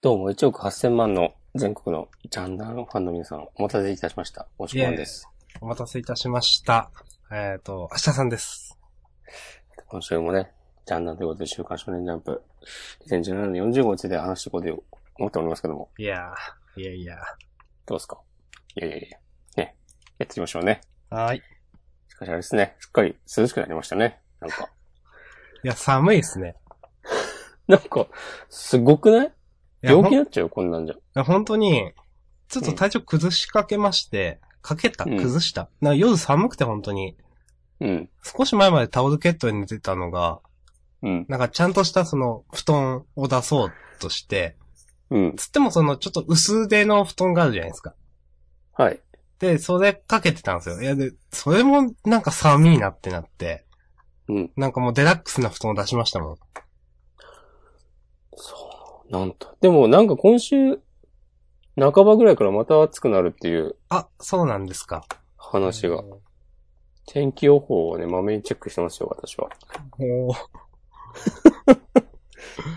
どうも、1億8000万の全国のジャンダーのファンの皆さん、お待たせいたしました。おしこまんです。お待たせいたしました。えっ、と、明日さんです。今週もね、ジャンダーということで、週刊少年ジャンプ、2017年45日で話していこうと思っておりますけども、いやー、いやいや。どうですかいやいやいや。ね。やっていきましょうね。はい。しかしあれですね、すっかり涼しくなりましたね。なんか。 いや、寒いですね。なんか、すごくないいや病気にほんないっちゃうよ、こんなんじゃ。や本当に、ちょっと体調崩しかけまして、かけた、うん崩した。なんか夜寒くて本当に、うん。少し前までタオルケットに寝てたのが、うん。なんかちゃんとしたその布団を出そうとして、うん。つってもそのちょっと薄手の布団があるじゃないですか。はい。で、それかけてたんですよ。いや、で、それもなんか寒いなってなって、うん。なんかもうデラックスな布団を出しましたもん。そう。なんと。でも、なんか今週、半ばぐらいからまた暑くなるっていうあ、そうなんですか。話が。天気予報をね、まめにチェックしてますよ、私は。おー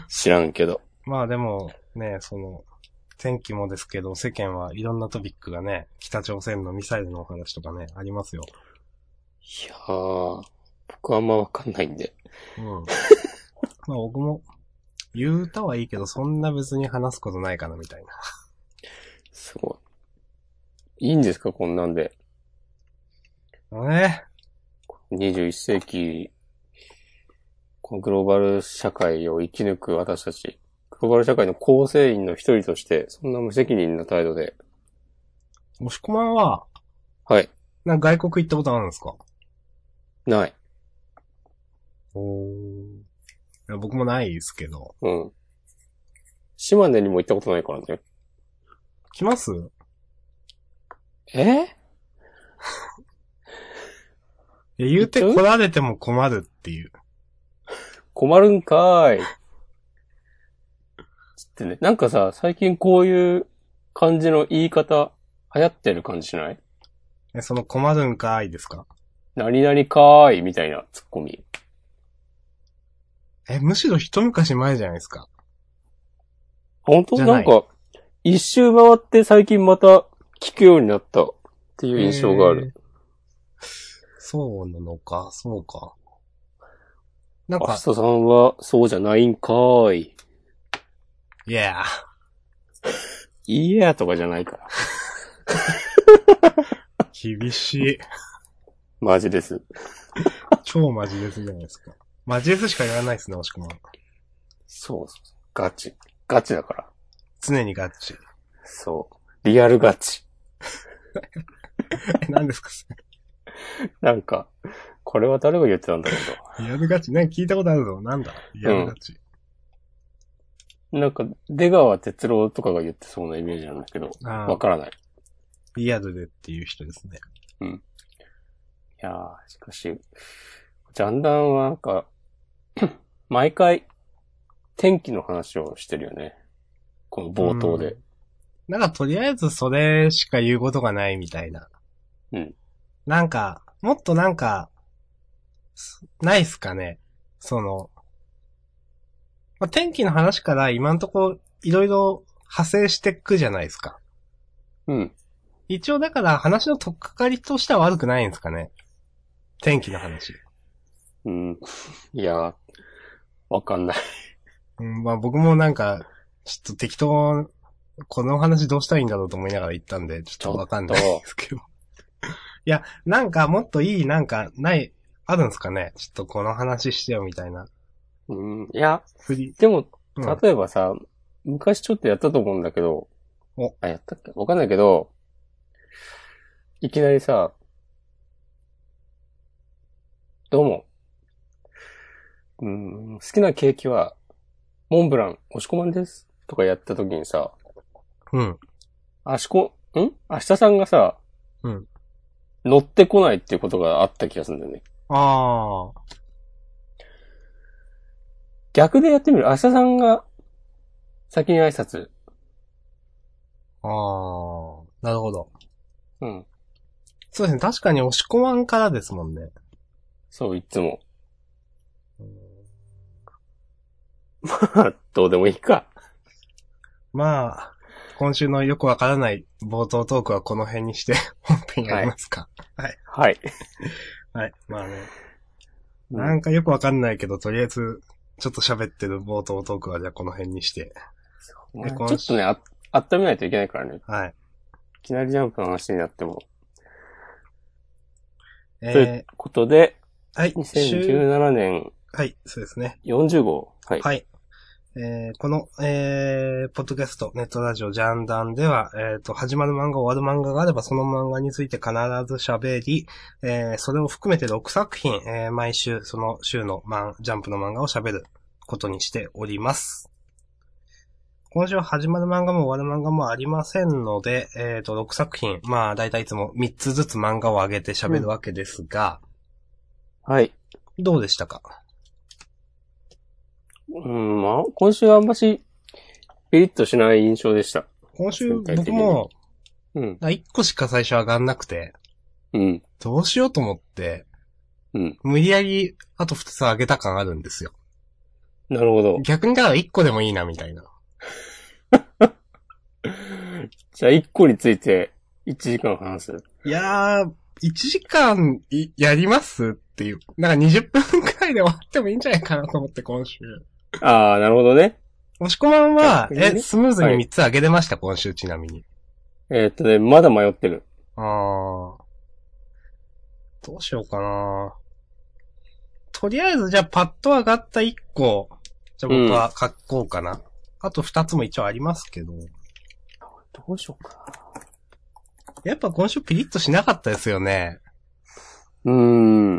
知らんけど。まあでも、ね、その、天気もですけど、世間はいろんなトピックがね、北朝鮮のミサイルのお話とかね、ありますよ。いやー、僕はあんまわかんないんで。 うん。まあ僕も、言うたはいいけど、そんな別に話すことないかな、みたいな。すごい。いいんですか、こんなんで。ね。 21世紀、このグローバル社会を生き抜く私たち、グローバル社会の構成員の一人として、そんな無責任な態度で、もしこまんは、はい、なんか外国行ったことあるんですかない。おいや僕もないですけど。うん。島根にも行ったことないからね。来ますえいや言うて来られても困るっていう。困るんかーい。つってね、なんかさ、最近こういう感じの言い方、流行ってる感じしないえ、その困るんかいですか何々かーい、みたいなツッコミ。え、むしろ一昔前じゃないですか。本当じなゃないんか、一周回って最近また聞くようになったっていう印象がある。へー。そうなのか、そうか。なん明か日、さんはそうじゃないんかーい。いやいやとかじゃないから。ー、厳し い。マジです。超マジレスじゃないですか。マジレスしか言わないですね、おしくも。そうそうそう。ガチ。ガチだから。常にガッチ。 そう。リアルガチ。え、何ですかそなんか、これは誰が言ってたんだろうと。れリアルガチ。なんか聞いたことあるぞ。なんだリアルガチ。なんか、出川哲郎とかが言ってそうなイメージなんだけど、あわあ、からない。いリアルでっていう人ですね。やー、しかし、ジャンダンはなんか、 毎回、天気の話をしてるよね。この冒頭で。なんかとりあえずそれしか言うことがないみたいな。うん。なんか、もっとなんか、すないっすかね。その、まあ、天気の話から今んとこいろいろ派生してくじゃないですか。うん。一応だから話のとっかかりとしては悪くないんですかね。天気の話。うん。いやー、わかんない。うん、まあ僕もなんか、ちょっと適当、この話どうしたらいいんだろうと思いながら言ったんで、ちょっとわ かんないですけど。 いや、なんかもっといい、なんか、ない、あるんですかねちょっとこの話してよみたいな。うん。いや、ふり、でも、うん、例えばさ、昔ちょっとやったと思うんだけど、おあ、やったっけわかんないけど、いきなりさ、どうも。うーん、好きなケーキは、モンブラン、押し込まんです。とかやった時にさ、うん。あしこ、ん明日さんがさ、うん乗ってこないっていうことがあった気がするんだよね。ああ、逆でやってみる。明日さんが、先に挨拶。ああ、なるほど。うん。そうですね、確かに押し込まんからですもんね。そう、いつも。まあ、どうでもいいか。まあ、今週のよくわからない冒頭トークはこの辺にして、 本編やりますか。はい。はい、まあね。なんかよくわかんないけど、とりあえず、ちょっと喋ってる冒頭トークはじゃあこの辺にして。うんでちょ今週っとね、あ、温めないといけないからね。はい。いきなりジャンプの話になっても。といえうことで、ー、はい、週、 2017年はい、そうですね。 40号。はい。はい。えーこの、えー、ポッドキャスト、ネットラジオ、ジャンダンでは、えっ、と、始まる漫画、終わる漫画があれば、その漫画について必ず喋り、えーそれを含めて6作品、えー毎週、その週のマン、ジャンプの漫画を喋ることにしております。今週は始まる漫画も終わる漫画もありませんので、えっ、と、6作品、まあ、だいたいいつも3つずつ漫画を上げて喋るわけですが、はい。どうでしたかうん、まあ、今週はあんまし、ピリッとしない印象でした。今週、全体的に僕も、うん。 1個しか最初上がんなくて、うん。どうしようと思って、うん。無理やり、あと2つ上げた感あるんですよ。なるほど。逆にだから1個でもいいな、みたいな。じゃあ、1個について1時間話す。いやー、1時間い、やりますっていう。なんか20分くらいで終わってもいいんじゃないかなと思って、今週。ああ、なるほどね。押し込まんは、逆にねえ、スムーズに3つ上げれました、今週、ちなみに。えーっとね、まだ迷ってる。あー。どうしようかなとりあえず、じゃあ、パッと上がった1個、じゃあ僕は書こうかな。あと2つも一応ありますけど。どうしようかな。やっぱ今週ピリッとしなかったですよね。うー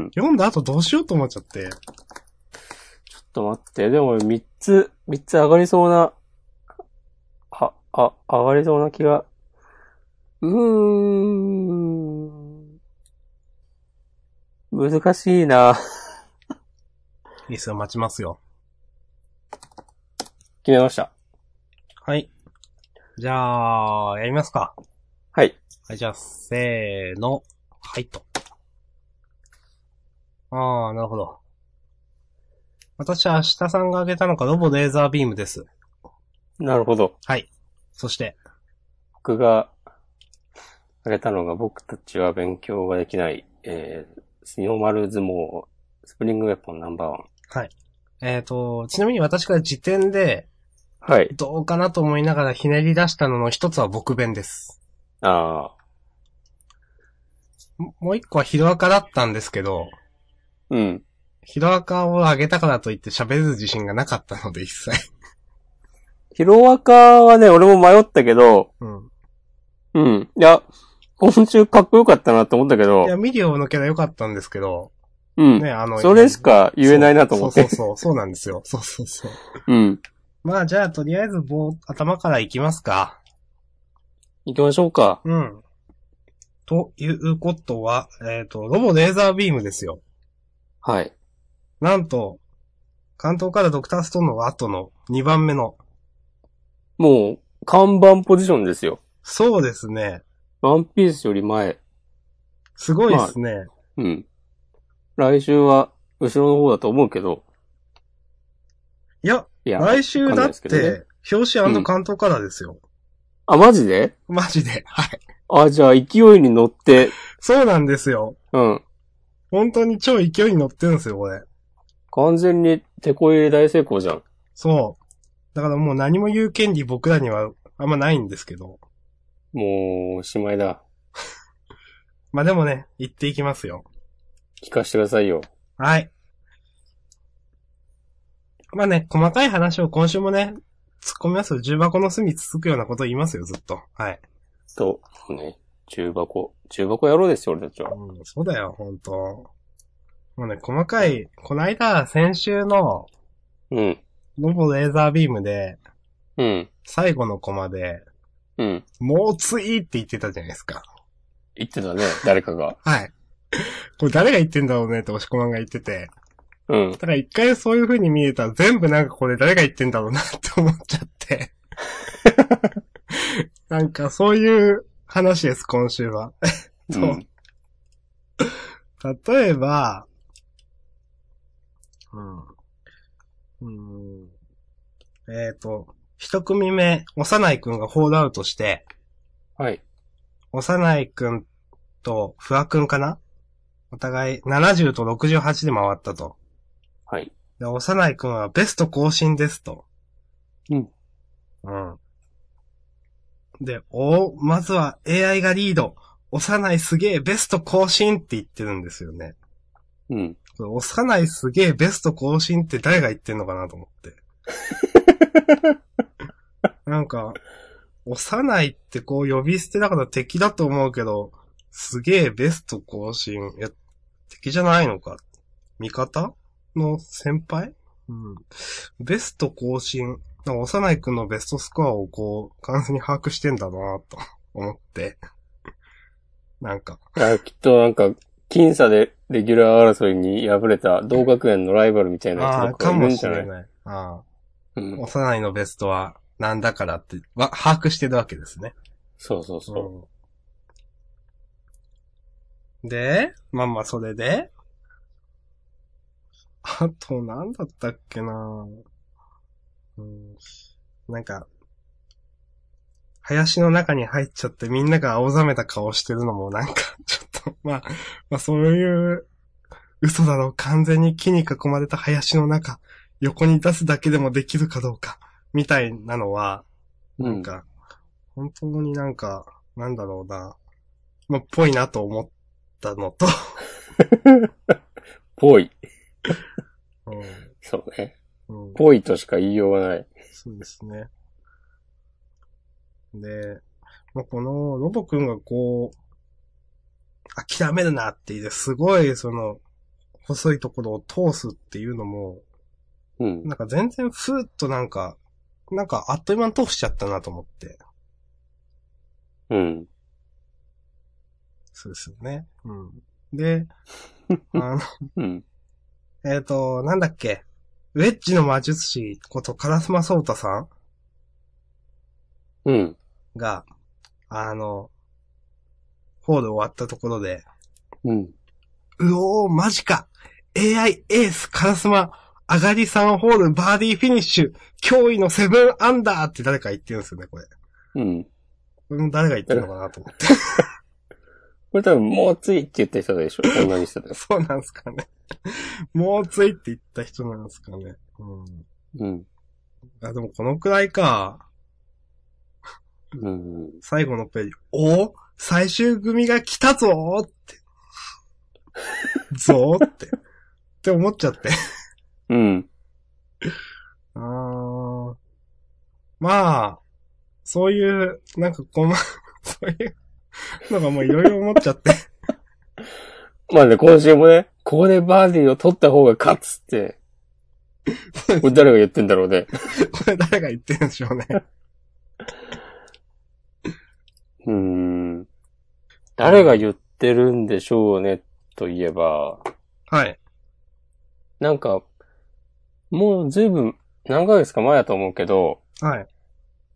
ん。読んだ後どうしようと思っちゃって。ちょっと待って、でも俺3つ、3つ上がりそうな、は、あ、上がりそうな気が。うーん。難しいな。いいっすよ、待ちますよ。決めました。はい。じゃあ、やりますか。はい。はい、じゃあ、せーの。はい、と。あー、なるほど。私は明日さんが挙げたのがロボレーザービームです。なるほど。そして、僕が、あげたのが僕たちは勉強ができない、えー、スノーマル相撲、スプリングウェポンナンバーワン。えーと、ちなみに私が時点で、はい。どうかなと思いながらひねり出したのの一つは僕弁です。ああ。ももう一個はヒロアカだったんですけど、うん。ヒロアカを上げたからといって喋れる自信がなかったので、一切。ヒロアカはね、俺も迷ったけど、うん。うん。いや、今週かっこよかったなと思ったけどい、や、ミリオのキャラ良かったんですけど、うん。ね、あの、それしか言えないなと思っそてう。そうそう、そうなんですよ。そうそうそう。うん。まあ、じゃあ、とりあえず、棒、頭からいきますか。行きましょうか。うん。ということは、えっ、と、ロボレーザービームですよ。はい。なんと、関東からドクターストーンの後の2番目の、もう、看板ポジションですよ。そうですね。ワンピースより前。すごいですね。うん。来週は、後ろの方だと思うけど。いや、いや、来週わかんないだっですけどねて、表紙関東からですよ。あ、マジでマジで。はい。あ、じゃあ、勢いに乗って、そうなんですよ。うん。本当に超勢いに乗ってるんですよ、これ。完全に、手こ入れ大成功じゃん。そう。だからもう何も言う権利僕らにはあんまないんですけど。もう、おしまいだ。まあでもね、言っていきますよ。聞かせてくださいよ。はい。まあね、細かい話を今週もね、突っ込みますよ。重箱の隅つつくようなこと言いますよ、ずっと。はい。と、ね、中箱。中箱野郎ですよ、俺たちは。うん、そうだよ、本当もうね、細かい、こないだ、先週の、うん。ロボレーザービームで、うん。最後のコマで、うん。もうついって言ってたじゃないですか。言ってたね、 誰かが。はい。これ誰が言ってんだろうねって押し込まんが言ってて。うんだ。から一回そういう風に見えたら全部なんかこれ誰が言ってんだろうなって思っちゃって。 なんかそういう話です、今週は。う。そうん例えば、うん。うん。えっ、と、一組目、幼いくんがホールアウトして、はい。幼いくんと不破くんかなお互い70と68で回ったと。はい。で、幼いくんはベスト更新ですと。うん。うん。で、おまずは AI がリード。幼いすげえベスト更新って言ってるんですよね。うん。これ幼いすげえベスト更新って誰が言ってんのかなと思って。 なんか、幼いってこう呼び捨てだから敵だと思うけど、すげえベスト更新。いや、敵じゃないのか。味方の先輩うん。ベスト更新。なんか幼いくんのベストスコアをこう、完全に把握してんだなと思って。なんか、だからきっとなんか、僅差でレギュラー争いに敗れた同学園のライバルみたいなああ人ー、とかかいるもんしじゃなれいない。ああ。うん。幼いのベストはなんだからって、は、把握してるわけですね。そうそうそう。で、まあまあそれで、あとなんだったっけなうん。なんか、林の中に入っちゃってみんなが青ざめた顔してるのもなんか、 ちょっと、まあ、まあそういう、嘘だろう、完全に木に囲まれた林の中、横に出すだけでもできるかどうか、みたいなのは、うなんん。か、本当になんか、なんだろうな、まあ、ぽいなと思ったのと、ぽい。 うんそうね。うんぽいとしか言いようがない。そうですね。で、まあ、このロボくんがこう、諦めるなって言って、すごいその、細いところを通すっていうのも、うん。なんか全然ふーっとなんか、なんかあっという間に通しちゃったなと思って。うん。そうですよね。うん。 で、あの、うん。えっ、と、なんだっけ。ウェッジの魔術師こと、カラスマソータさんうん。が、あの、ホール終わったところで、うん。うおー、マジか !AI エースカラスマ、上がり3ホール、バーディーフィニッシュ、驚異のセブンアンダーって誰か言ってるんですよね、これ。うん。これも誰が言ってるのかなと思って。これ多分、もうついって言った人でしょ。女の 人だよ。そうなんですかね。もうついって言った人なんですかね。ううん。ん。あ、でもこのくらいか。うん。最後のページ。おお最終組が来たぞー って。ぞーって。って思っちゃって。うん。あーまあ、そういう、 なんかこの、そういうのがもういろいろ思っち ゃって。まあね、今週もね、ここでバーディーを取った方が勝つ って。これ誰が言ってんだろうね。これ誰が言ってるんでしょうね。うーん。誰が言ってるんでしょうね、といえば、はい。なんか、もうずいぶん、何ヶ月か前だと思うけど、はい。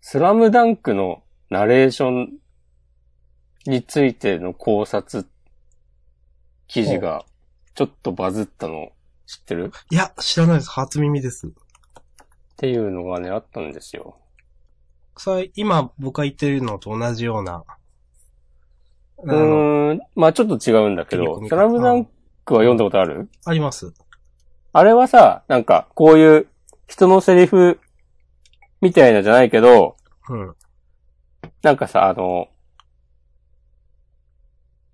スラムダンクのナレーションについての考察記事がちょっとバズったの知ってるいや、知らないです。初耳です。っていうのがね、あったんですよ。それ、今僕が言ってるのと同じような。あうの、ーん。まあちょっと違うんだけ切り込どみ、スかラムダンクは読んだことあるあります。あれはさ、なんか、こういう人のセリフみたいなじゃないけど、うん。なんかさ、あの、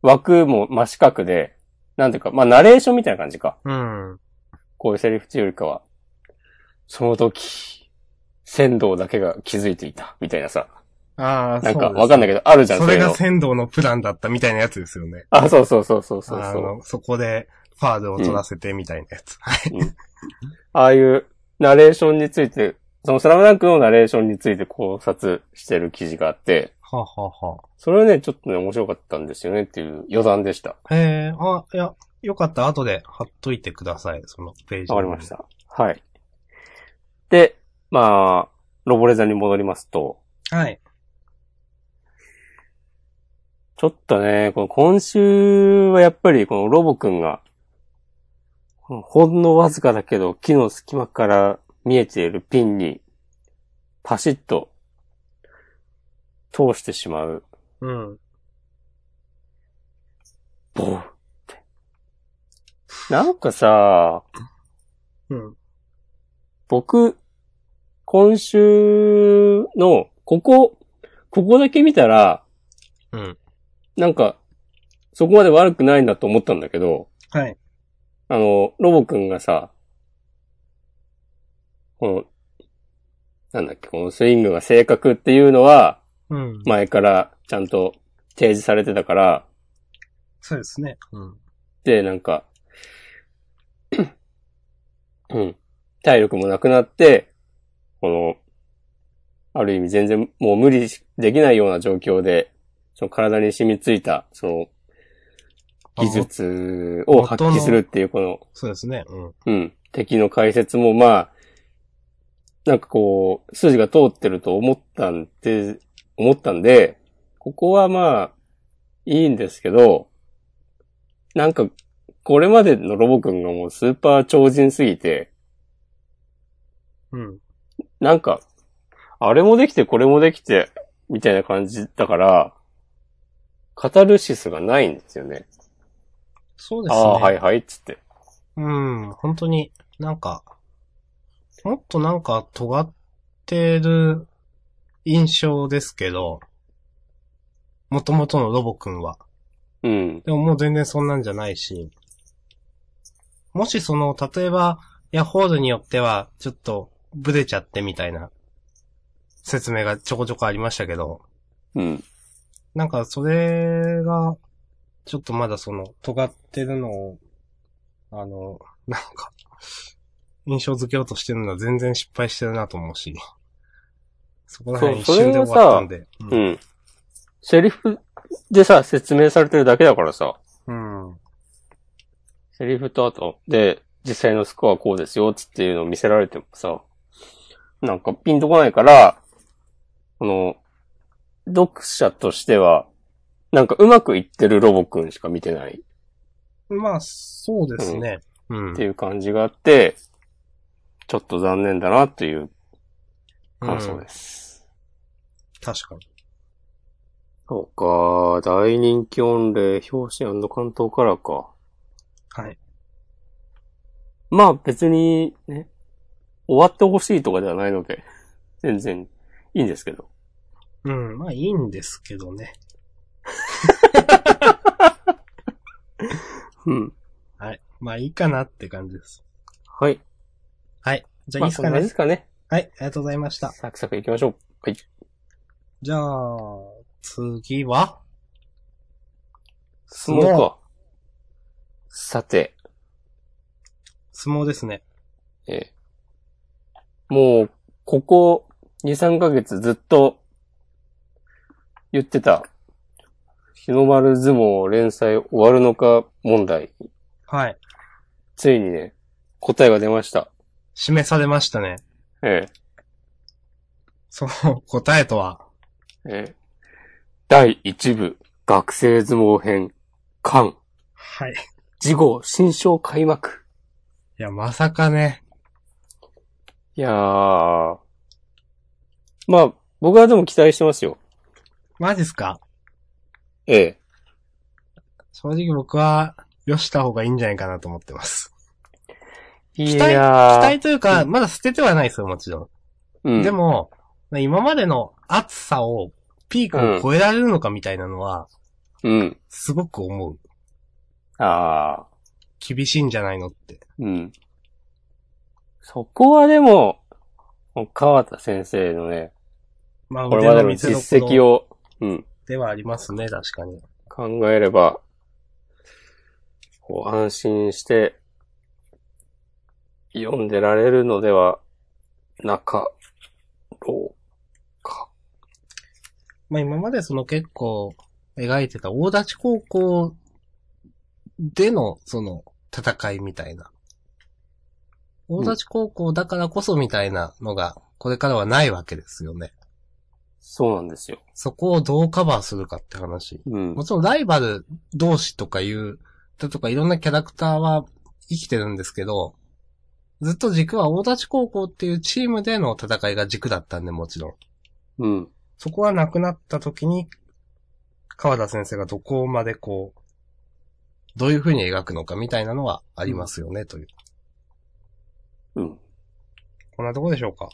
枠も真四角で、なんていうか、まあナレーションみたいな感じか。うん。こういうセリフっていうよりかは、その時、仙道だけが気づいていた、みたいなさ。ああ、なんかそうですわかんないけど、あるじゃん、それそういうがの仙道のプランだったみたいなやつですよね。あ、そうそうそうそうそうあそう。の、そこでファールを取らせてみたいなやつ。はい。ああいうナレーションについて、そのスラムダンクのナレーションについて考察してる記事があって、はあはあはそれはね、ちょっとね、面白かったんですよねっていう余談でした。あええあ、いや、よかったら後で貼っといてください、そのページ。わかりまし。た。はい。で、まあ、ロボレザに戻りますと、はい。ちょっとね、この今週はやっぱりこのロボくんが、このほんのわずかだけど木の隙間から見えているピンに、パシッと通してしまう、うん。ボーって。なんかさ、うん。僕、今週の、ここ、ここだけ見たら、うん。なんか、そこまで悪くないんだと思ったんだけど、はい。あの、ロボくんがさ、この、なんだっけ、このスイングが正確っていうのは、うん。前からちゃんと提示されてたから、そうですね。うん。で、なんか、 うん。体力もなくなって、この、ある意味全然もう無理できないような状況で、その体に染みついた、その、技あ。も術を発揮するっていう、この、そうですね。うん。うん。敵の解説もまあ、なんかこう、筋が通ってると思ったんで、思ったんで、ここはまあ、いいんですけど、なんか、これまでのロボくんがもうスーパー超人すぎて、うん。なんか、あれもできてこれもできて、みたいな感じだから、カタルシスがないんですよね。そうですね。ああー、はいはい、つって。うん、本当に、なんか、もっとなんか尖ってる印象ですけど、もともとのロボくんは。うん。でももう全然そんなんじゃないし、もしその、例えば、ヤッホールによっては、ちょっと、ブレちゃってみたいな、説明がちょこちょこありましたけど、うん。なんかそれが、ちょっとまだその、尖ってるのを、あの、なんか、印象付けようとしてるのは全然失敗してるなと思うし、そこら辺一そうそれ瞬では終さわったんで。う。うんセリフでさ、説明されてるだけだからさ。ん。うん。セリフとあと、で、実際のスコアこうですよ、つっていうのを見せられてもさ、なんかピンとこないから、この、読者としては、なんかうまくいってるロボくんしか見てないまあ、そうですね。うん。っていう感じがあって、ちょっと残念だなという感想うんです。確かに。そうか、大人気御礼、表紙関東からか。はい。まあ別にね、終わってほしいとかではないので、 全然いいんですけど。うん。まあ、いいんですけどね。うん。はい。まあ、いいかなって感じです。はい。はい。じゃまああ、いいですそかんなね。感じですかね。はい。ありがとうございました。サクサク行きましょう。はい。じゃあ、次は相撲か。さて、相撲ですね。えーもう、ここ2、3ヶ月ずっと言ってた、日の丸相撲連載終わるのか問題、はい。ついにね、答えが出ました。示されましたね。えその 答えとは。ーえー第1部、学生相撲編、巻、はい。い次号、新章開幕。や、まさかね。いやー。まあ、僕はでも期待してますよ。マジっすかええ。正直僕は、よした方がいいんじゃないかなと思ってます。期待い期やー待というか、まだ捨ててはないですよ、もちろうんん。で、も、今までの暑さを、ピークを超えられるのかみたいなのは、うん。すごく思う。ああ。厳しいんじゃないのって。うん。そこはでも、川田先生のね、まあ、これ腕までのの見せ実績所を、うん、ではありますね、確かに。考えれば、こう安心して、読んでられるのではなかろうか。まあ今までその結構描いてた大立高校でのその戦いみたいな。大立高校だからこそみたいなのがこれからはないわけですよね。そうなんですよ。そこをどうカバーするかって話。うんも。ちろんライバル同士とかいう、だとかいろんなキャラクターは生きてるんですけど、ずっと軸は大立高校っていうチームでの戦いが軸だったんで、もちろん。うん。そこがなくなった時に、川田先生がどこまでこう、どういう風に描くのかみたいなのはありますよね、という。うん。こんなとこでしょうか。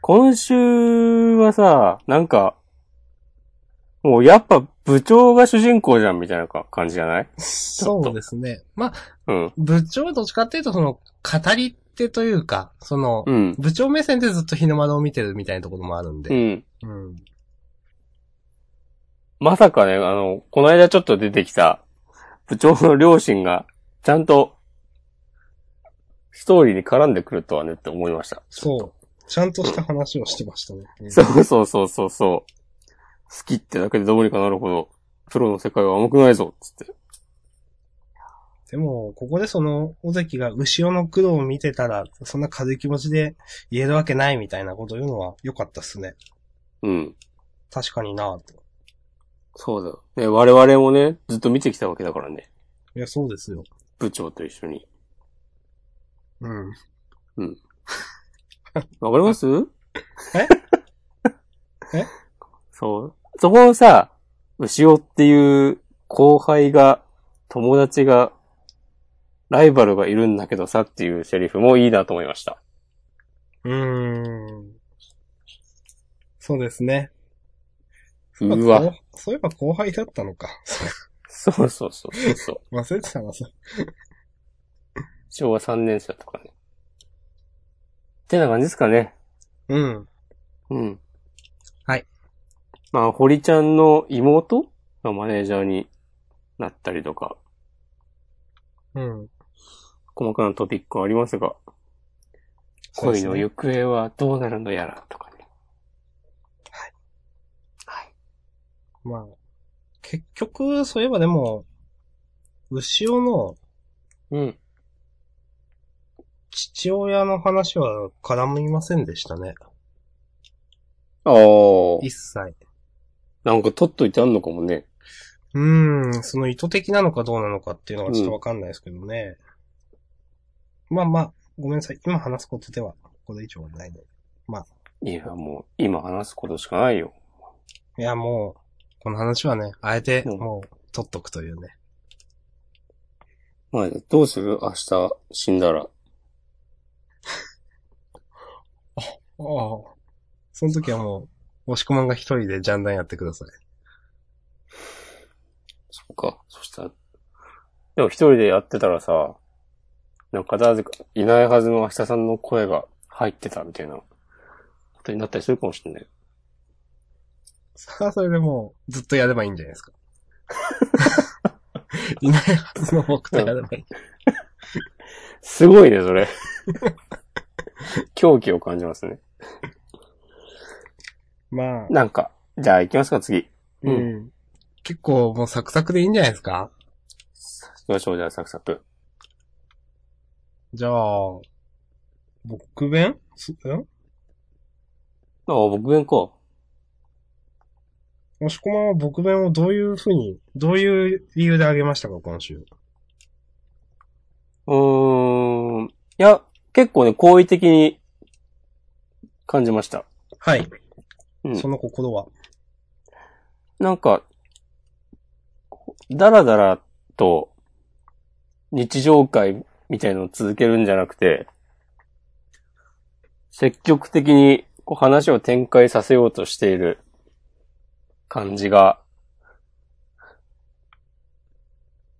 今週はさ、なんか、もうやっぱ部長が主人公じゃんみたいなか感じじゃないょっとそうですね。まあ、うん。部長はどっちかっていうと、その、語り手というか、その、うん。部長目線でずっと日の丸を見てるみたいなところもあるんうで。ん。うん。まさかね、あの、この間ちょっと出てきた、部長の両親が、ちゃんと、ストーリーに絡んでくるとはねって思いました。そう。ちゃんとした話をしてましたね。そうそうそうそうそう。好きってだけでどうにかなるほど、プロの世界は甘くないぞ、つって。でも、ここでその、尾関が後ろの苦労を見てたら、そんな軽い気持ちで言えるわけないみたいなこと言うのは良かったっすね。うん。確かになぁと。そうだよ。ね、我々もね、ずっと見てきたわけだからね。いや、そうですよ。部長と一緒に。うん。わかりますええそう。そこのさ、牛尾っていう後輩が、友達が、ライバルがいるんだけどさっていうセリフもいいなと思いました。うーん。そうですね。うわ。こそういえば後輩だったのか。 そうそうそうそうそう。忘れてたな、そ昭和3年生だったからね。ってな感じですかね。う。うん。うん。はい。まあ、堀ちゃんの妹がマネージャーになったりとか、うん。細かなトピックはありますが、そう恋ですねの行方はどうなるのやらとかね。はい。はい。まあ、結局、そういえばでも、牛尾のうん。父親の話は絡みませんでしたね。ああ。一切。なんか取っといてあんのかもね。うーん、その意図的なのかどうなのかっていうのはちょっとわかんないですけどね。まあまあ、ごめんなさい。今話すことでは、これ以上はないので。いや、もう、今話すことしかないよ。いや、もう、この話はね、あえて、うんもう、取っとくというね。まあ、どうする明日死んだら。ああ。その時はもう、押し込まんが一人でジャンダンやってください。そっか。そしたら。でも一人でやってたらさ、なんか誰かいないはずの明日さんの声が入ってたみたいなことになったりするかもしれない。それはそれでもう、ずっとやればいいんじゃない ですか。いないはずの僕とやればいい。すごいね、それ。狂気を感じますね。まあ、なんか、じゃあ行きますか、次。ううんん。結構もうサクサクでいいんじゃないですか行きましょう、じゃあサクサク。じゃあ、僕弁すんああ、僕弁か。もしこまんは僕弁をどういうふうに、どういう理由であげましたか、今週。うーん。いや、結構ね、好意的に感じました。はい。うんその心は。なんか、だらだらと日常会みたいのを続けるんじゃなくて、積極的にこう話を展開させようとしている感じが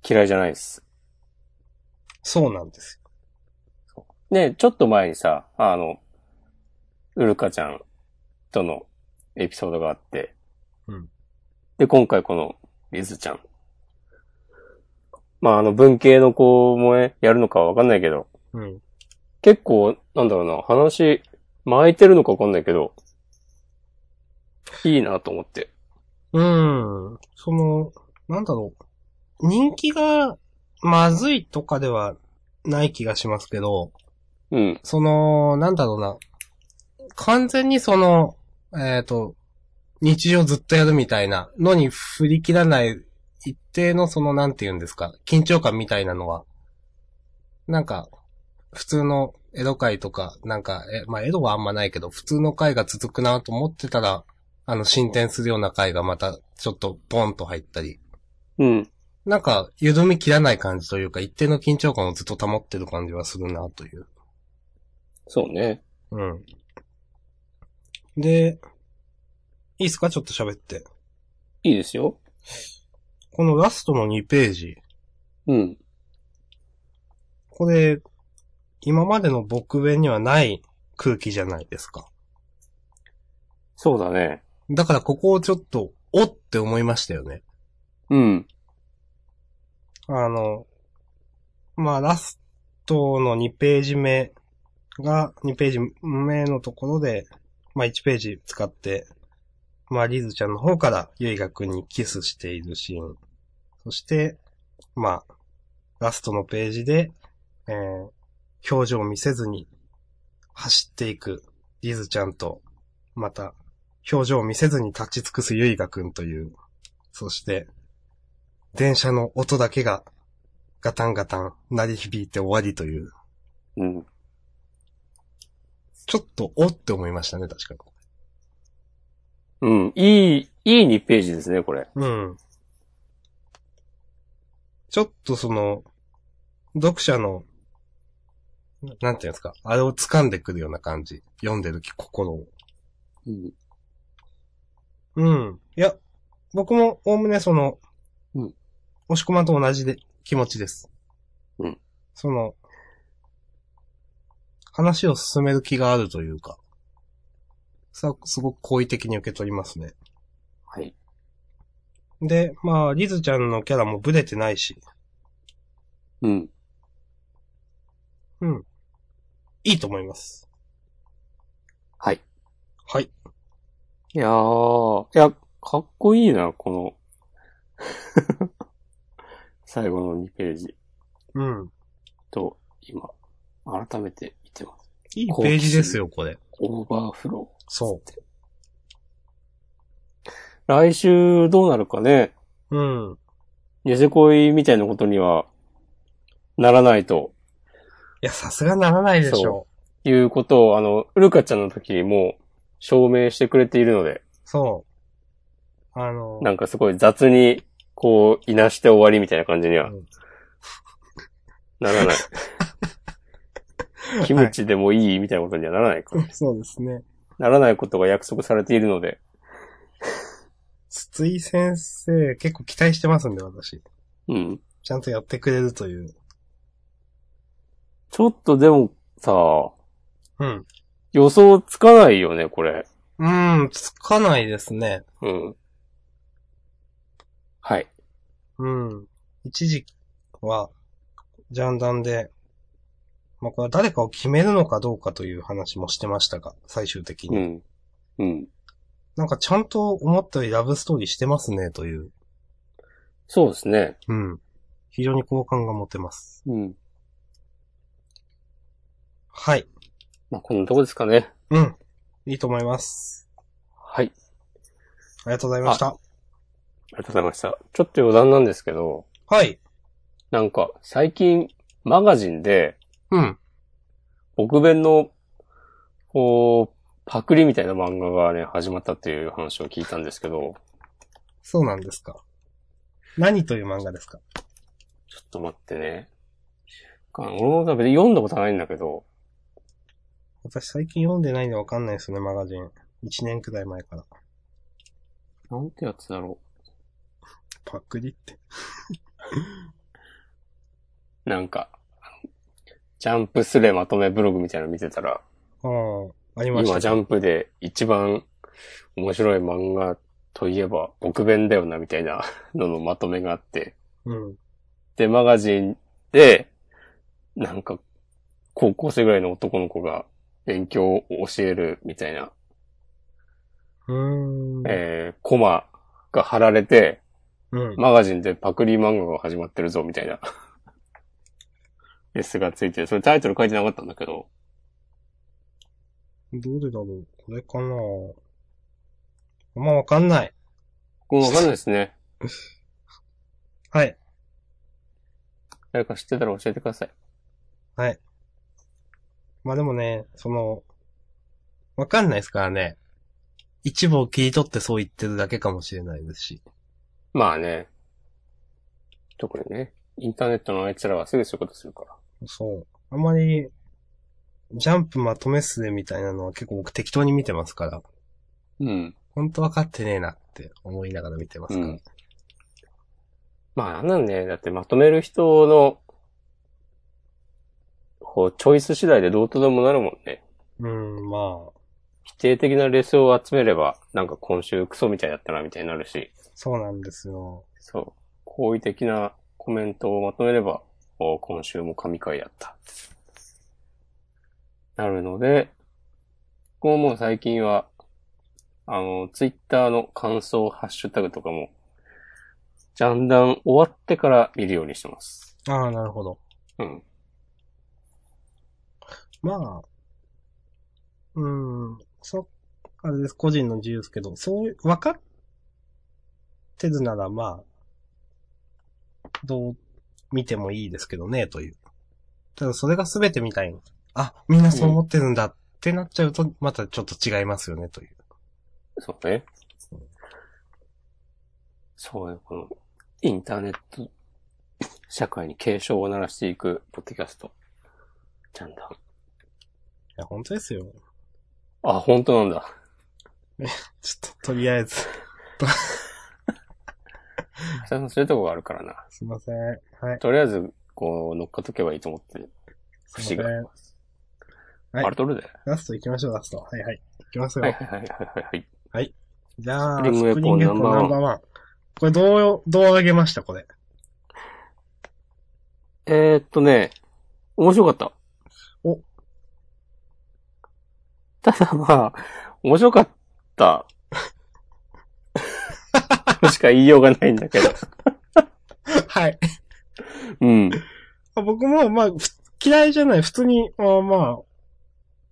嫌いじゃないです。そうなんですで、ちょっと前にさ、あの、ウルカちゃんとのエピソードがあって、うんで、今回この、リズちゃん。まあ、あの、文系の子もね、やるのかはわかんないけど、よ。うん。結構、なんだろうな、話、巻いてるのかわかんないけど、いいなと思って。うーん。その、なんだろう。人気がまずいとかではない気がしますけど、うん、その、なんだろうな。完全にその、えっ、と、日常ずっとやるみたいなのに振り切らない一定のその、なんて言うんですか、緊張感みたいなのは、なんか、普通の江戸会とか、なんか、え、まあ、江戸はあんまないけど、普通の会が続くなと思ってたら、あの、進展するような会がまた、ちょっと、ポンと入ったり、うん。なんか、緩み切らない感じというか、一定の緊張感をずっと保ってる感じはするな、という。そうね。うん。で、いいっすかちょっと喋って。いいですよ。このラストの2ページ。うん。これ、今までの僕弁にはない空気じゃないですか。そうだね。だからここをちょっと、おって思いましたよね。うん。あの、まあ、ラストの2ページ目が、2ページ目のところで、まあ、1ページ使って、まあ、リズちゃんの方からゆいがくんにキスしているシーン。そして、まあ、ラストのページで、えー表情を見せずに走っていくリズちゃんと、また、表情を見せずに立ち尽くすゆいがくんという、そして、電車の音だけがガタンガタン鳴り響いて終わりという、うん。ちょっとおって思いましたね、確かうん。いい、いい2ページですね、これ。に。うん。ちょっとその、読者の、なんていうんですか、あれを掴んでくるような感じ。読んでる心を。うん。うん。いや、僕もおおむねその、うん押し込まんと同じで気持ちです。うん。その、話を進める気があるというか、さ、すごく好意的に受け取りますね。はい。で、まあ、リズちゃんのキャラもブレてないし、うん。いいと思います。はい。はい。いやー、いや、かっこいいな、この、最後の2ページうん。と、今、改めて見てます。いいページですよ、これ。オーバーフロー。そ来週どうなるかね、う。うん。ニセ恋みたいなことにはならないといや、さすがならないでしょいうことを、あの、ルカちゃんの時にもう証明してくれているので、う。そう。あの、なんかすごい雑に、こう、いなして終わりみたいな感じにはうんならない。 キムチでもいいみたいなことにはならないか。 そうですね。ならないことが約束されているので、筒井先生、結構期待してますんで、私。うん。ちゃんとやってくれるという。ちょっとでもさ、うん。予想つかないよね、これ。うーん、つかないですね。うん。はい。うん。一時は、ジャンダンで、まあ、これは誰かを決めるのかどうかという話もしてましたが、最終的に。うん。うん。なんかちゃんと思ったよりラブストーリーしてますね、という。そうですね。うん。非常に好感が持てます。うん。はい。まあ、こんなとこですかね。うん。いいと思います。はい。ありがとうございました。ありがとうございました。ちょっと余談なんですけど、はい。なんか、最近、マガジンで、うん。僕弁の、こう、パクリみたいな漫画がね、始まったっていう話を聞いたんですけど、そうなんですか。何という漫画ですかちょっと待ってね。か俺も別に読んだことはないんだけど、私最近読んでないんでわかんないですね、マガジン。1年くらい前から。なんてやつだろパクリって。う。なんか、ジャンプスレまとめブログみたいなの見てたら、ああ、ありました。今ジャンプで一番面白い漫画といえば、僕弁だよなみたいなののまとめがあって、うん。で、マガジンで、なんか、高校生ぐらいの男の子が勉強を教えるみたいな、うーん。えー、コマが貼られて、うん。マガジンでパクリ漫画が始まってるぞ、みたいな。S がついてる。それタイトル書いてなかったんだけど、どれだろうこれかなあんまわかんない。これわかんないですね。はい。誰か知ってたら教えてください。はい。まあでもね、その、わかんないですからね。一部を切り取ってそう言ってるだけかもしれないですし。まあね。特にね、インターネットのあいつらはすぐそういうことするから。そう。あんまり、ジャンプまとめっすねみたいなのは結構僕適当に見てますから、うん。本当わかってねえなって思いながら見てますから。うんまあなんなんね、だってまとめる人の、こう、チョイス次第でどうとでもなるもんね。うん、まあ、否定的なレスを集めれば、なんか今週クソみたいだったな、みたいになるし、そうなんですよ。そう。好意的なコメントをまとめれば、おー今週も神回だった。なるので、こうもう最近は、あの、ツイッターの感想、ハッシュタグとかも、ジャンダン終わってから見るようにしてます。ああ、なるほど。うん。まあ、うん、そ、あれです、個人の自由ですけど、そういう、分かってるなら、まあ、どう見てもいいですけどね、という。ただ、それが全てみたいに、あ、みんなそう思ってるんだってなっちゃうと、またちょっと違いますよね、という。そうね。そうね、この、インターネット社会に警鐘を鳴らしていく、ポッドキャスト。ジャンダン。いや、本当ですよ。あ、本当なんだ。ちょっと、とりあえず、それそういうとこがあるからな。すいません。はい。とりあえず、こう、乗っかっとけばいいと思ってる。す節いまがせありん。ます。はいあれ取るで。ラスト行きましょう、ラスト。はいはい。行きますよ。はいはいはいはいはい。じゃあ、スプリングウェポンナンバーワンスプリングウェポンナンバーワン。これどう、どう上げましたこれ。えー、っとね、面白かった。お。ただまあ、面白か った。しか言いようがないんだけど。はい。うん。 僕も、まあ、ふ嫌いじゃない。普通に、まあまあ、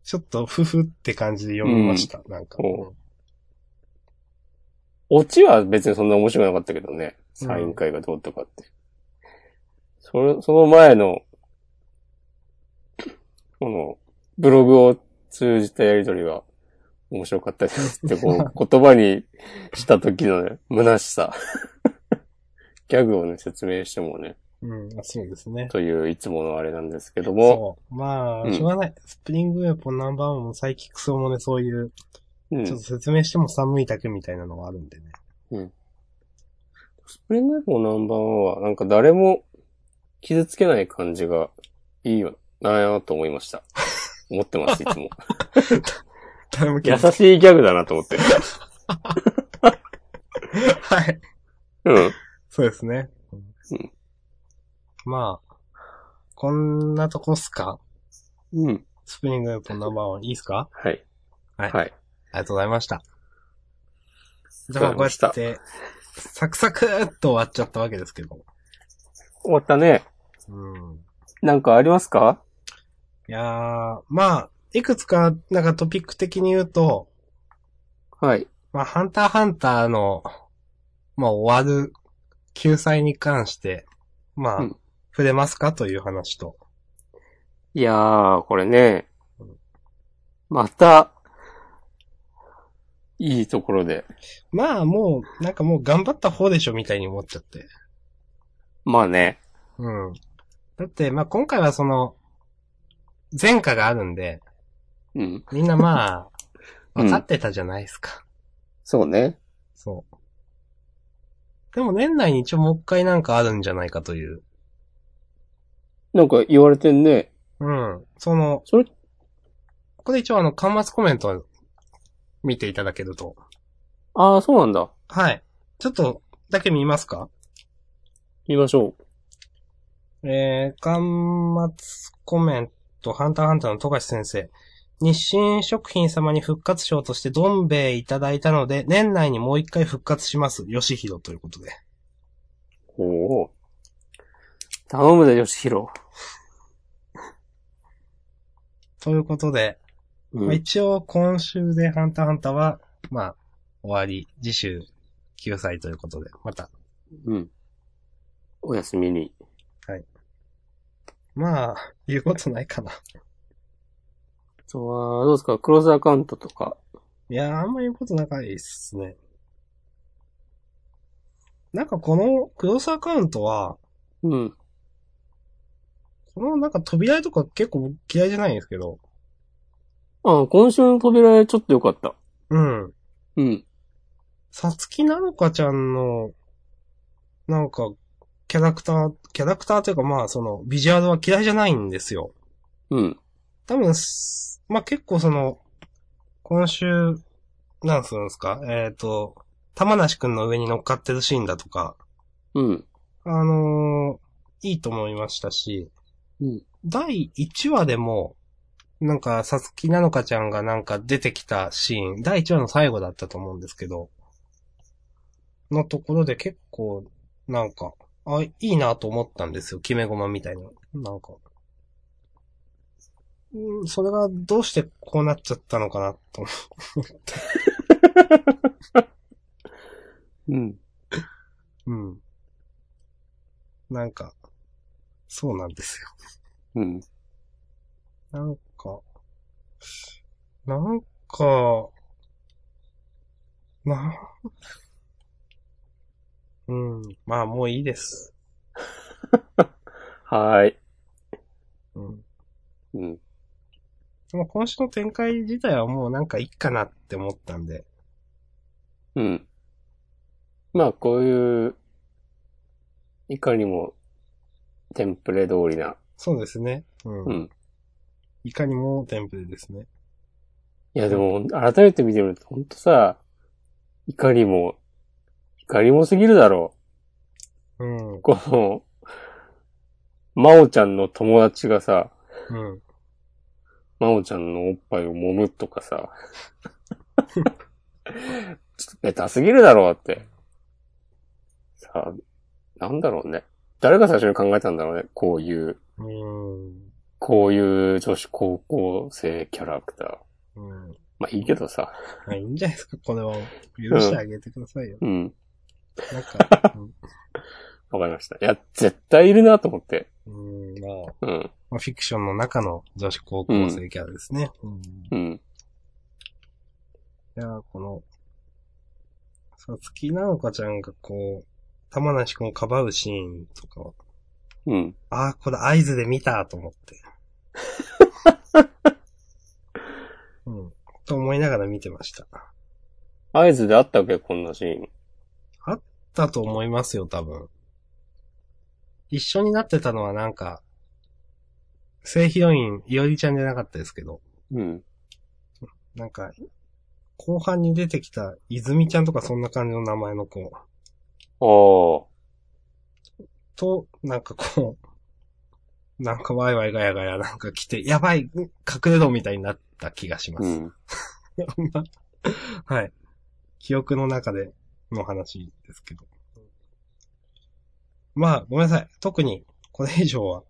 ちょっと、ふふって感じで読みました。なんか。おオチは別にそんな面白くなかったけどね。うんサイン会がどうとかって。それ、その前の、この、ブログを通じたやりとりが面白かったですって、こう、言葉にした時のね、虚しさ。 ギャグをね、説明してもね、うん、あそうですね。といういつものあれなんですけども、そう。まうあ、んしょうがない。スプリングウェポンナンバーワンもサイキックスもね、そういう、うんちょっと説明しても寒いだけみたいなのがあるんでね。スプリングウェポンナンバーワンは、なんか誰も傷つけない感じがいいよなぁと思いました。思ってます、いつも。誰も 優い。しいギャグだなと思って。 はい。うん。そうですね。うんまあ、こんなとこっすかうん。スプリングウェポンナンバーワン、いいっすかはい。はいはい。ありがとうございました。じりゃがあとうこございうましやたって、サクサクっと終わっちゃったわけですけど。終わったね。うん。なんかありますかいやー、まあ、いくつか、なんかトピック的に言うと、はい。まあ、ハンターハンターの、まあ、終わる救済に関して、まあ、うん触れますかという話と。いやー、これね。また、いいところで。まあ、もう、なんかもう頑張った方でしょみたいに思っちゃって。まあね。うん。だって、まあ、今回はその、前科があるんで、うん。みんなまあ、 うん分かってたじゃないですか。そうね。そう。でも年内に一応もう一回なんかあるんじゃないかという。なんか言われてんね。うん。その、それこれ一応あの、端末コメントを見ていただけると。あー、そうなんだ。はい。ちょっと、だけ見ますか見ましょえー、端末コメント、ハンターハンターの富樫先生。日清食品様に復活賞としてどん兵衛いただいたので、年内にもう一回復活します。吉弘ということで。う。おお。頼むで、よしひろ。ということで、うまあ、ん。一応、今週でハンターハンターは、まあ、終わり、次週、救済ということで、また、うん。おやすみに。まあ、言うことないかな。あとは、どうですかクローズアカウントとか。いやー、あんま言うことなかいっすね。なんかこのクロスアカウントは、うん。このなんか扉絵とか結構僕嫌いじゃないんですけど、あ、今週の扉絵ちょっと良かった。うん。うん。さつきなのかちゃんの、なんか、キャラクター、キャラクターというかまあその、ビジュアルは嫌いじゃないんですよ。うん。多分す、まあ結構その、今週、なんするんですかえっ、と、玉梨くんの上に乗っかってるシーンだとか、うん。あのーいいと思いましたし、うん第1話でも、なんか、さつきなのかちゃんがなんか出てきたシーン、第1話の最後だったと思うんですけど、のところで結構、なんか、あ、いいなと思ったんですよ。決め駒みたいな。なんか。うん、それがどうしてこうなっちゃったのかなと思うん。う。うん。なんか、そうなんですよ。うん。なんか、なんか、な、うん、まあもういいです。はーい。うん。うん。でも今週の展開自体はもうなんかいいかなって思ったんで。うん。まあ、こういう、いかにも、テンプレ通りな。そうですね。うん。うん。いかにもテンプレですね。いや、でも、改めて見てみると、ほんとさ、いかにも、いかにもすぎるだろうん。うう。この、まおちゃんの友達がさ、ん。まおちゃんのおっぱいを揉むとかさ、ちょっとベタすぎるだろうって。さあ、なんだろうね。誰が最初に考えたんだろうね。こういう、うん。こういう女子高校生キャラクター。うん。まあいいけどさ。まあいいんじゃないですか、これは。許してあげてくださ いよ。うん。なんか、わかりました。いや、絶対いるなと思って。うん、うん、まあ、うん。まあフィクションの中の女子高校生キャラですね。うんうん。いやー、この、さつきなのかちゃんがこう、玉梨くんをかばうシーンとかは、うん。ああ、これ合図で見たと思って。うん。と思いながら見てました。合図であったわけこんなシーン。だと思いますよ、多分。一緒になってたのはなんか、正ヒロイン、いおりちゃんじゃなかったですけど、うん。なんか、後半に出てきた、いずみちゃんとかそんな感じの名前の子。ああ。と、なんかこう、なんかワイワイガヤガヤなんか来て、やばい、隠れろみたいになった気がします。う ん。まあはい。記憶の中での話ですけど。まあ、ごめんなさい。特に、これ以上は。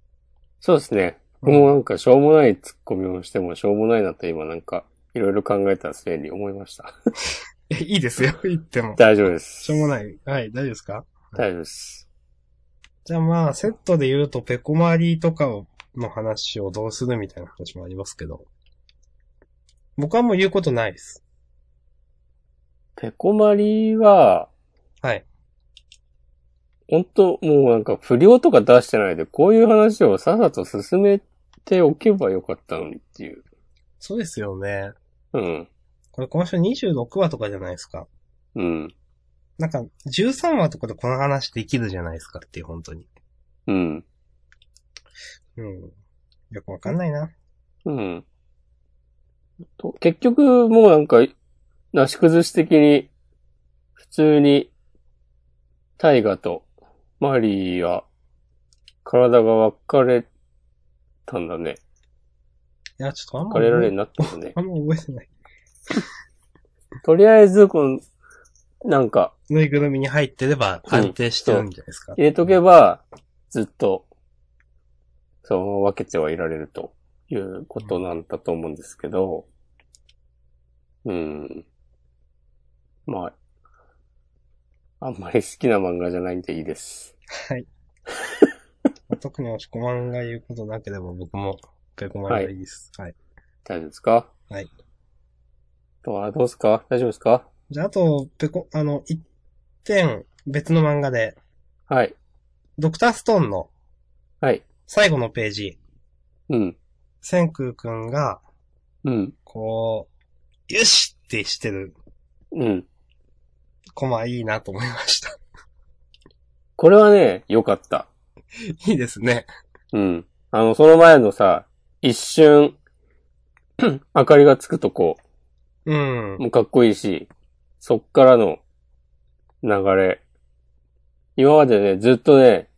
そうですね。僕もなんかしょうもない突っ込みをしてもしょうもないなと今なんかいろいろ考えたせいに思いました。 えいいですよ、 言っても。大丈夫です。しょうもい。ない。はい、大丈夫ですか大丈夫です。じゃあまあ、セットで言うと、ペコマリとかの話をどうするみたいな話もありますけど。僕はもう言うことないです。ペコマリは、はい。本当もうなんか不良とか出してないで、こういう話をさっさと進めておけばよかったのにっていう。そうですよね。うん。これ今週26話とかじゃないですか。うん。なんか、13話とかでこの話できるじゃないですかっていう、本当に。うん。うん。よくわかんないな。うん。と結局、もうなんか、なし崩し的に、普通に、タイガとマリーは、体が分かれたんだね。いや、ちょっとあんま分かれられになったんだ ね。あんま覚えてない。とりあえず、この、なんか、ぬいぐるみに入ってれば安定してるんじゃないですか。入れとけば、ずっと、その分けてはいられるということなんだと思うんですけど、うん。まあ、あんまり好きな漫画じゃないんでいいです。はい。特に押し込 まんが言うことなければ僕もペコマンがいいです。はい。大丈夫ですかはい。どうどうですか大丈夫ですかじゃあ、あと、ペコ、あの、一点、別の漫画で、はい。ドクターストーンのはい。最後のページ、うん。千空くんが、うん。こう、よしってしてるうん。コマいいなと思いました。これはね、良かった。 いいですね。うん。あの、その前のさ、一瞬、 明かりがつくとこ、うん。もうかっこいいし、そっからの流れ。今までね、ずっとね、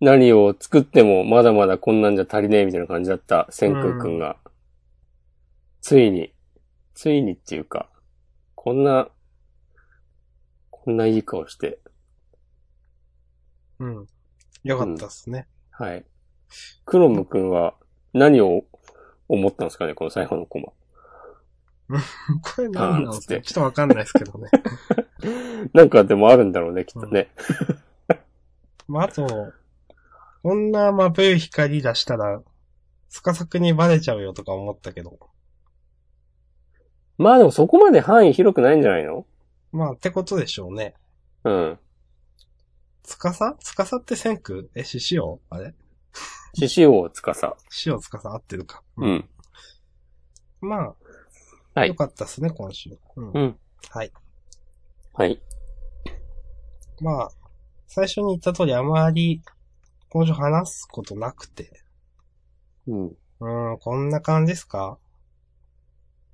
何を作ってもまだまだこんなんじゃ足りねえみたいな感じだった、千空くんが。ついに、ついにっていうか、こんな、こんないい顔して、うん。よかったっすね。はい。クロムくんは何を思ったんですかね、この最後のコマ。これ何なあんですーつっかてちょっとわかんないですけどね。 なんかでもあるんだろうね、きっとね。まあ、あと、こんなまぶい光出したら、スカサクにバレちゃうよとか思ったけど。まあでもそこまで範囲広くないんじゃないのまあ、ってことでしょうね。うん。つかさつかさって千空え、し、しおあれ獅子王つかさ。しおつかさ合ってるか。う。ん。まあ、はよい。かったっすね、今週。うんうん。はい。はい。まあ、最初に言った通り、あまり、今週話すことなくて。うん。うん、こんな感じですか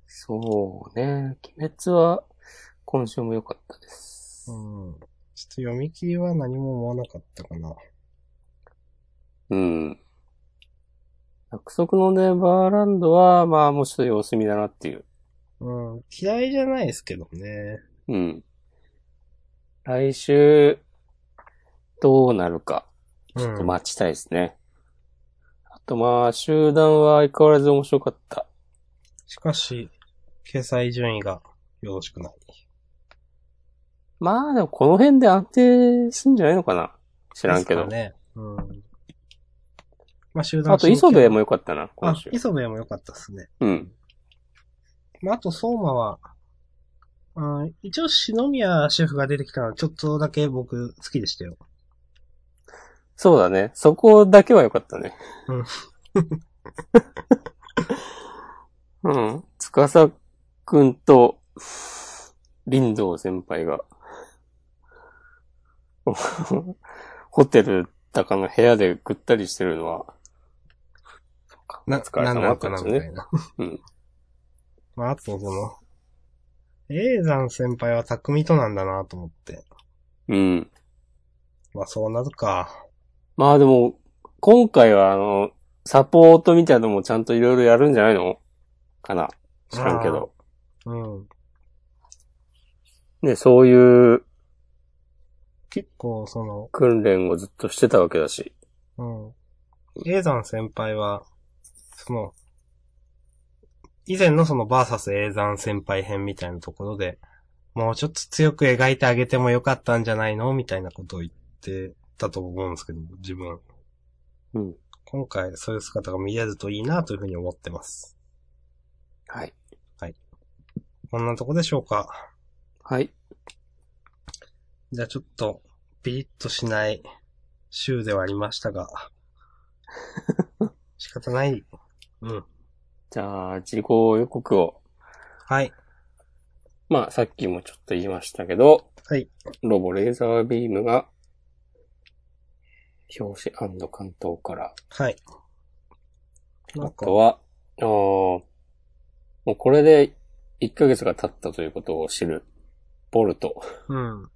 そうね。鬼滅は、今週も良かったですう。ん。ちょっと読み切りは何も思わなかったかな。うん。約束のネバーランドは、まあもうちょっと様子見だなっていう。うん、嫌いじゃないですけどね。うん。来週、どうなるか、うん。待ちたいですね。あとまあ、集団は相変わらず面白かった。しかし、掲載順位がよろしくない。まあでもこの辺で安定すんじゃないのかな知知らんけど。ね。うん。まあ、集団あと、磯部も良かったな、今あ週、。磯部も良かったですね。うん。まあ、あと、相馬は、うん、一応、篠宮シェフが出てきたのは、ちょっとだけ僕、好きでしたよ。そうだね。そこだけは良かったね。 うん。うん。つかさくんと、林道先輩が、 ホテル高の部屋でぐったりしてるのは、な、疲れな様んだだっったたんでな、すみねたいな。うん。 まあ、あと、その、永山先輩は匠となんだなと思って。うん。まあ、そうなるか。まあでも、今回はあの、サポートみたいなのもちゃんといろいろやるんじゃないのかな知らんけど。うん。ね、そういう結構、その、訓練をずっとしてたわけだし。うん。永山先輩は、その、以前のそのバーサス永山先輩編みたいなところで、もうちょっと強く描いてあげてもよかったんじゃないのみたいなことを言ってたと思うんですけど、自分。うん。今回そういう姿が見れるといいなというふうに思ってます。はい。こんなとこでしょうか。はい。じゃあちょっと、ピリッとしない週ではありました が、仕方ない。うん。じゃあ、事後予告を。はい。まあ、さっきもちょっと言いましたけど、はい。ロボレーザービームが、表紙関東から。はい。なあんかと、は、あーもうこれで1ヶ月が経ったということを知る、ボルト。うん。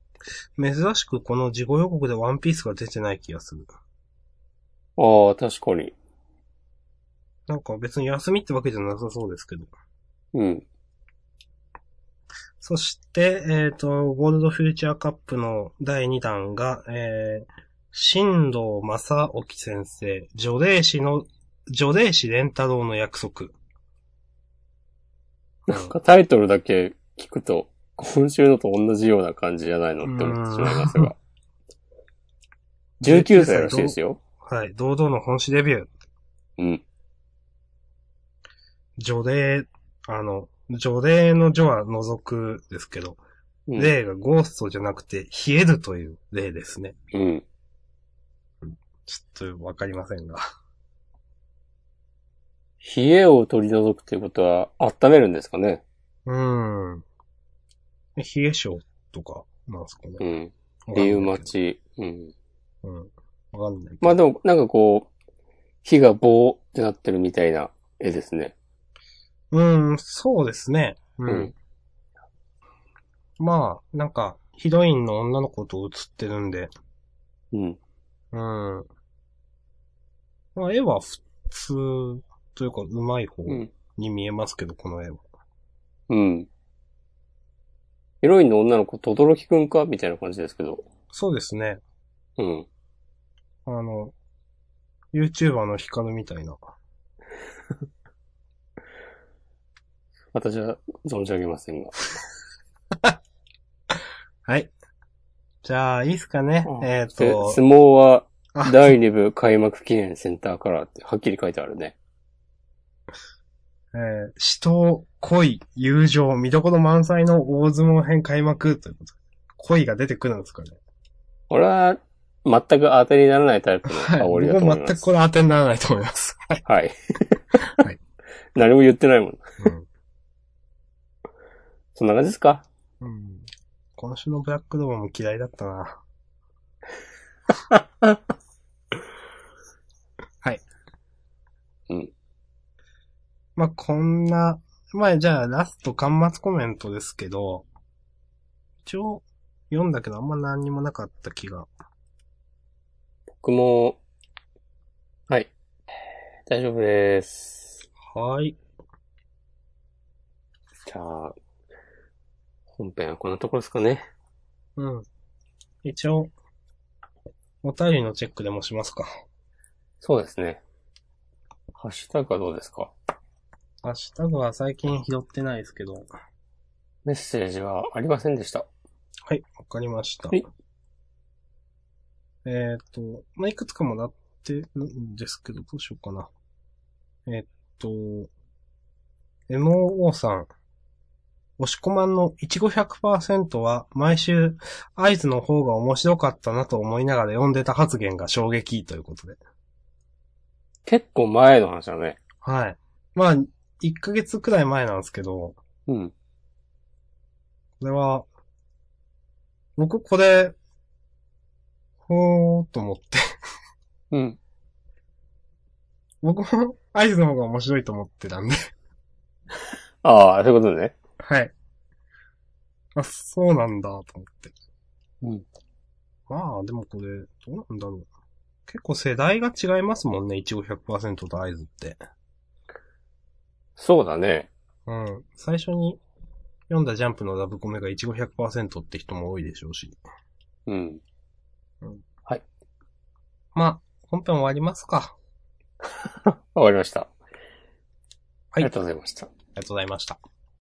珍しくこの事後予告でワンピースが出てない気がする。ああ、確かに。なんか別に休みってわけじゃなさそうですけど。うん。そして、えっ、と、ゴールドフューチャーカップの第2弾が、えー、新藤正興先生、女霊師の、女霊師蓮太郎の約束。 なんかタイトルだけ聞くと、今週のと同じような感じじゃないのって思ってしまいますが。 19歳らしいですよ。はい。堂々の本誌デビュー。うん。女霊、あの、女霊の女は除くですけど、うん、霊がゴーストじゃなくて、冷えるという霊ですね。うん。ちょっとわかりませんが。冷えを取り除くということは、温めるんですかね。うーん。冷え性とか、なんすかね。うん。わかんないけどリウマ。チ。うん。うん。わかんないけど。まあでも、なんかこう、火が棒ってなってるみたいな絵ですね。うん、そうですね。う。うんまあ、なんか、ヒロインの女の子と写ってるんで、うん。うん。まあ、絵は普通というか、うまい方うん。に見えますけど、この絵は。うん。ヒロインの女の子、とどろきくんかみたいな感じですけど。そうですね。うん。あの、YouTuber のヒカルみたいな。私は存じ上げませんが。はい。じゃあ、いいっすかね。うんえっ、でと、相撲はあ第2部開幕記念センターカラーってはっきり書いてあるね。えー死闘、恋、友情、見どころ満載の大相撲編開幕ということで。恋が出てくるんですかね。俺は全く当てにならないタイプのはい。煽りだと僕思もいま全くす。これ当てにならないと思います。はい はい。何も言ってないもん。うんそんな感じですかうん。今週のブラックドームも嫌いだったな。 はい。うん。まあ、こんな、まあ、じゃあ、ラスト、端末コメントですけど、一応、読んだけど、あんま何にもなかった気が。僕も、はい。大丈夫です。はい。じゃあ、本編はこんなところですかね。うん。一応、お便りのチェックでもしますか。そうですね。ハッシュタグはどうですかハッシュタグは最近拾ってないですけど。メッセージはありませんでした。はい、わかりました。はいえーっ、と、まあ、いくつかもらってるんですけど、どうしようかな。えーっ、と、MOO さん。押し込まんのいちご100%は毎週合図の方が面白かったなと思いながら読んでた発言が衝撃ということで。結構前の話だね。はい。まあ、1ヶ月くらい前なんですけど、うん。これは、僕これ、ほーっと思ってうん。僕もアイズの方が面白いと思ってたんで。ああ、そういうことね。 はい。あ、そうなんだ、と思って。うん。まあ、でもこれ、どうなんだろう。結構世代が違いますもんね、一応100%とアイズって。そうだね。うん。最初に読んだジャンプのラブコメが一応100%って人も多いでしょうし。うん。まあ、本編終わりますか。わかりました。あいりがとうございました。ありがとうございました。